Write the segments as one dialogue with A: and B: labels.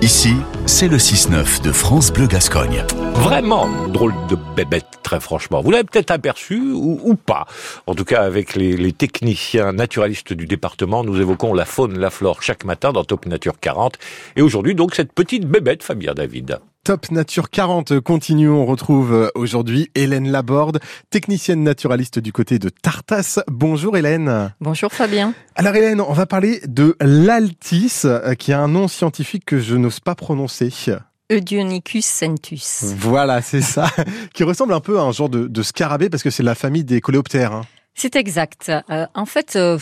A: Ici, c'est le 6-9 de France Bleu Gascogne.
B: Vraiment drôle de bébête, très franchement. Vous l'avez peut-être aperçu ou, ou pas. En tout cas, avec les, les techniciens naturalistes du département, nous évoquons la faune, la flore chaque matin dans Top Nature 40. Et aujourd'hui, donc, cette petite bébête, Fabien David.
C: Top Nature 40 continue. On retrouve euh, aujourd'hui Hélène Laborde, technicienne naturaliste du côté de Tartas. Bonjour Hélène.
D: Bonjour Fabien.
C: Alors Hélène, on va parler de l'altis, euh, qui a un nom scientifique que je n'ose pas prononcer.
D: Eudionicus centus.
C: Hmm. Voilà, c'est ça, qui ressemble un peu à un genre de, de scarabée parce que c'est de la famille des coléoptères. hein.
D: C'est exact. Euh, en fait, euh,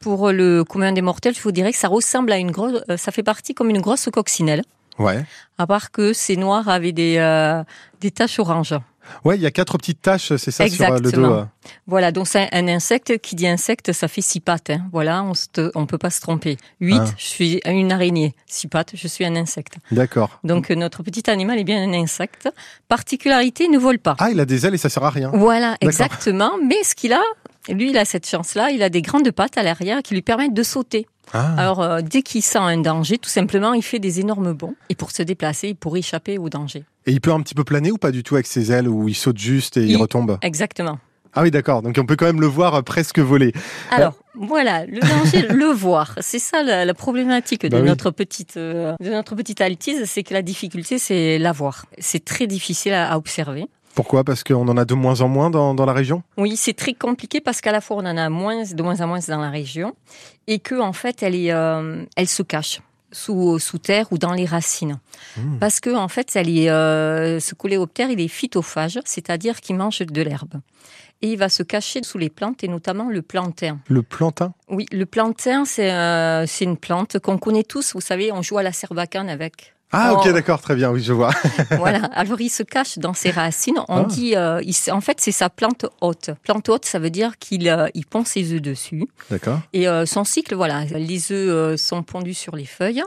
D: pour le commun des mortels, je vous dirais que ça ressemble à une grosse, euh, ça fait partie comme une grosse coccinelle,
C: Ouais.
D: à part que c'est noir avec des euh, des taches oranges.
C: Ouais, il y a quatre petites taches, c'est ça, sur euh, le
D: Exactement.
C: dos. euh.
D: Voilà, donc c'est un insecte qui dit insecte, ça fait six pattes. hein. Voilà, on se, on peut pas se tromper. Huit,
C: Ah.
D: je suis une araignée. Six pattes, je suis un insecte.
C: D'accord.
D: Donc euh, notre petit animal est bien un insecte. Particularité, il ne vole pas.
C: Ah, il a des ailes et ça sert à rien.
D: Voilà,
C: D'accord.
D: exactement. Mais ce qu'il a, lui, il a cette chance-là, il a des grandes pattes à l'arrière qui lui permettent de sauter.
C: Ah.
D: Alors, euh, dès qu'il sent un danger, tout simplement, il fait des énormes bonds. Et pour se déplacer, pour échapper au danger.
C: Et il peut un petit peu planer ou pas du tout avec ses ailes où il saute juste et il,
D: Il-
C: retombe
D: Exactement.
C: Ah oui, d'accord. Donc on peut quand même le voir euh, presque voler.
D: Alors, voilà, le danger, le voir. C'est ça la, la problématique de,
C: Bah oui.
D: notre petite, euh, de notre petite altise, c'est que la difficulté, c'est la voir. C'est très difficile à- à observer.
C: Pourquoi Parce qu'on en a de moins en moins dans, dans la région
D: Oui, c'est très compliqué parce qu'à la fois on en a moins, de moins en moins dans la région et que en fait elle est, euh, elle se cache sous euh, sous terre ou dans les racines
C: Hmm.
D: parce que en fait elle est, euh, ce coléoptère il est phytophage, c'est-à-dire qu'il mange de l'herbe et il va se cacher sous les plantes et notamment le plantain.
C: Le plantain
D: Oui, le plantain c'est euh, c'est une plante qu'on connaît tous. Vous savez, on joue à la serbacane avec.
C: Ah ok,
D: Oh.
C: d'accord, très bien, oui, je vois.
D: voilà. Alors il se cache dans ses racines. On
C: Ah.
D: dit, euh, il s- en fait, c'est sa plante haute. Plante haute, ça veut dire qu'il euh, il pond ses œufs dessus.
C: D'accord.
D: Et euh, son cycle, voilà, les œufs euh, sont pondus sur les feuilles.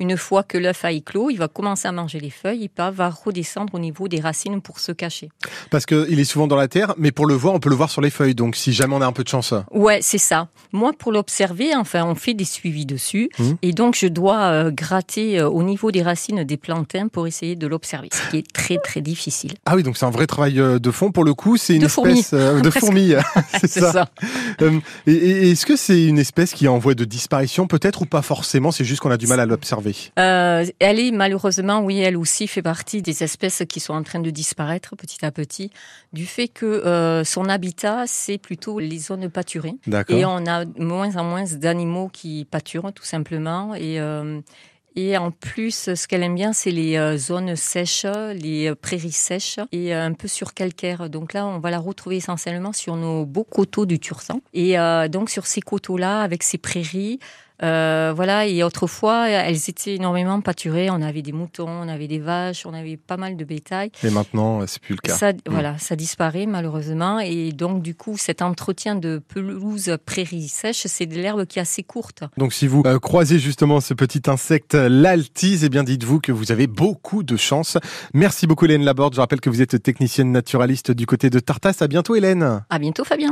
D: Une fois que l'œuf a éclos, il va commencer à manger les feuilles et pas va redescendre au niveau des racines pour se cacher.
C: Parce qu'il est souvent dans la terre, mais pour le voir, on peut le voir sur les feuilles. Donc si jamais on a un peu de chance.
D: Ouais, c'est ça. Moi, pour l'observer, enfin, on fait des suivis dessus.
C: Mhm.
D: Et donc, je dois euh, gratter euh, au niveau des racines des plantains pour essayer de l'observer, ce qui est très, très difficile.
C: Ah oui, donc c'est un vrai travail euh, de fond. Pour le coup, c'est une
D: De fourmi.
C: espèce euh, de
D: Presque.
C: fourmi. c'est ça. Euh, et- et- Est-ce que c'est une espèce qui est en voie de disparition peut-être ou pas forcément C'est juste qu'on a du mal à l'observer.
D: Euh, elle est malheureusement, oui, elle aussi fait partie des espèces qui sont en train de disparaître petit à petit, du fait que euh, son habitat, c'est plutôt les zones pâturées. Et
C: D'accord.
D: on a de moins en moins d'animaux qui pâturent, tout simplement. Et, euh, et en plus, ce qu'elle aime bien, c'est les euh, zones sèches, les euh, prairies sèches et euh, un peu surcalcaires. Donc là, on va la retrouver essentiellement sur nos beaux coteaux du Tursan. Et euh, donc sur ces coteaux-là, avec ces prairies, euh, voilà. Et autrefois, elles étaient énormément pâturées. On avait des moutons, on avait des vaches, on avait pas mal de bétail.
C: Mais maintenant, euh, c'est plus le cas.
D: Ça, voilà, ça disparaît malheureusement. Et donc, du coup, cet entretien de pelouse prairie sèche, c'est de l'herbe qui est assez courte.
C: Donc si vous euh, croisez justement ce petit insecte, euh, l'altise, eh bien dites-vous que vous avez beaucoup de chance. Merci beaucoup Hélène Laborde. Je rappelle que vous êtes technicienne naturaliste du côté de Tartas. À bientôt Hélène.
D: À bientôt, Fabien.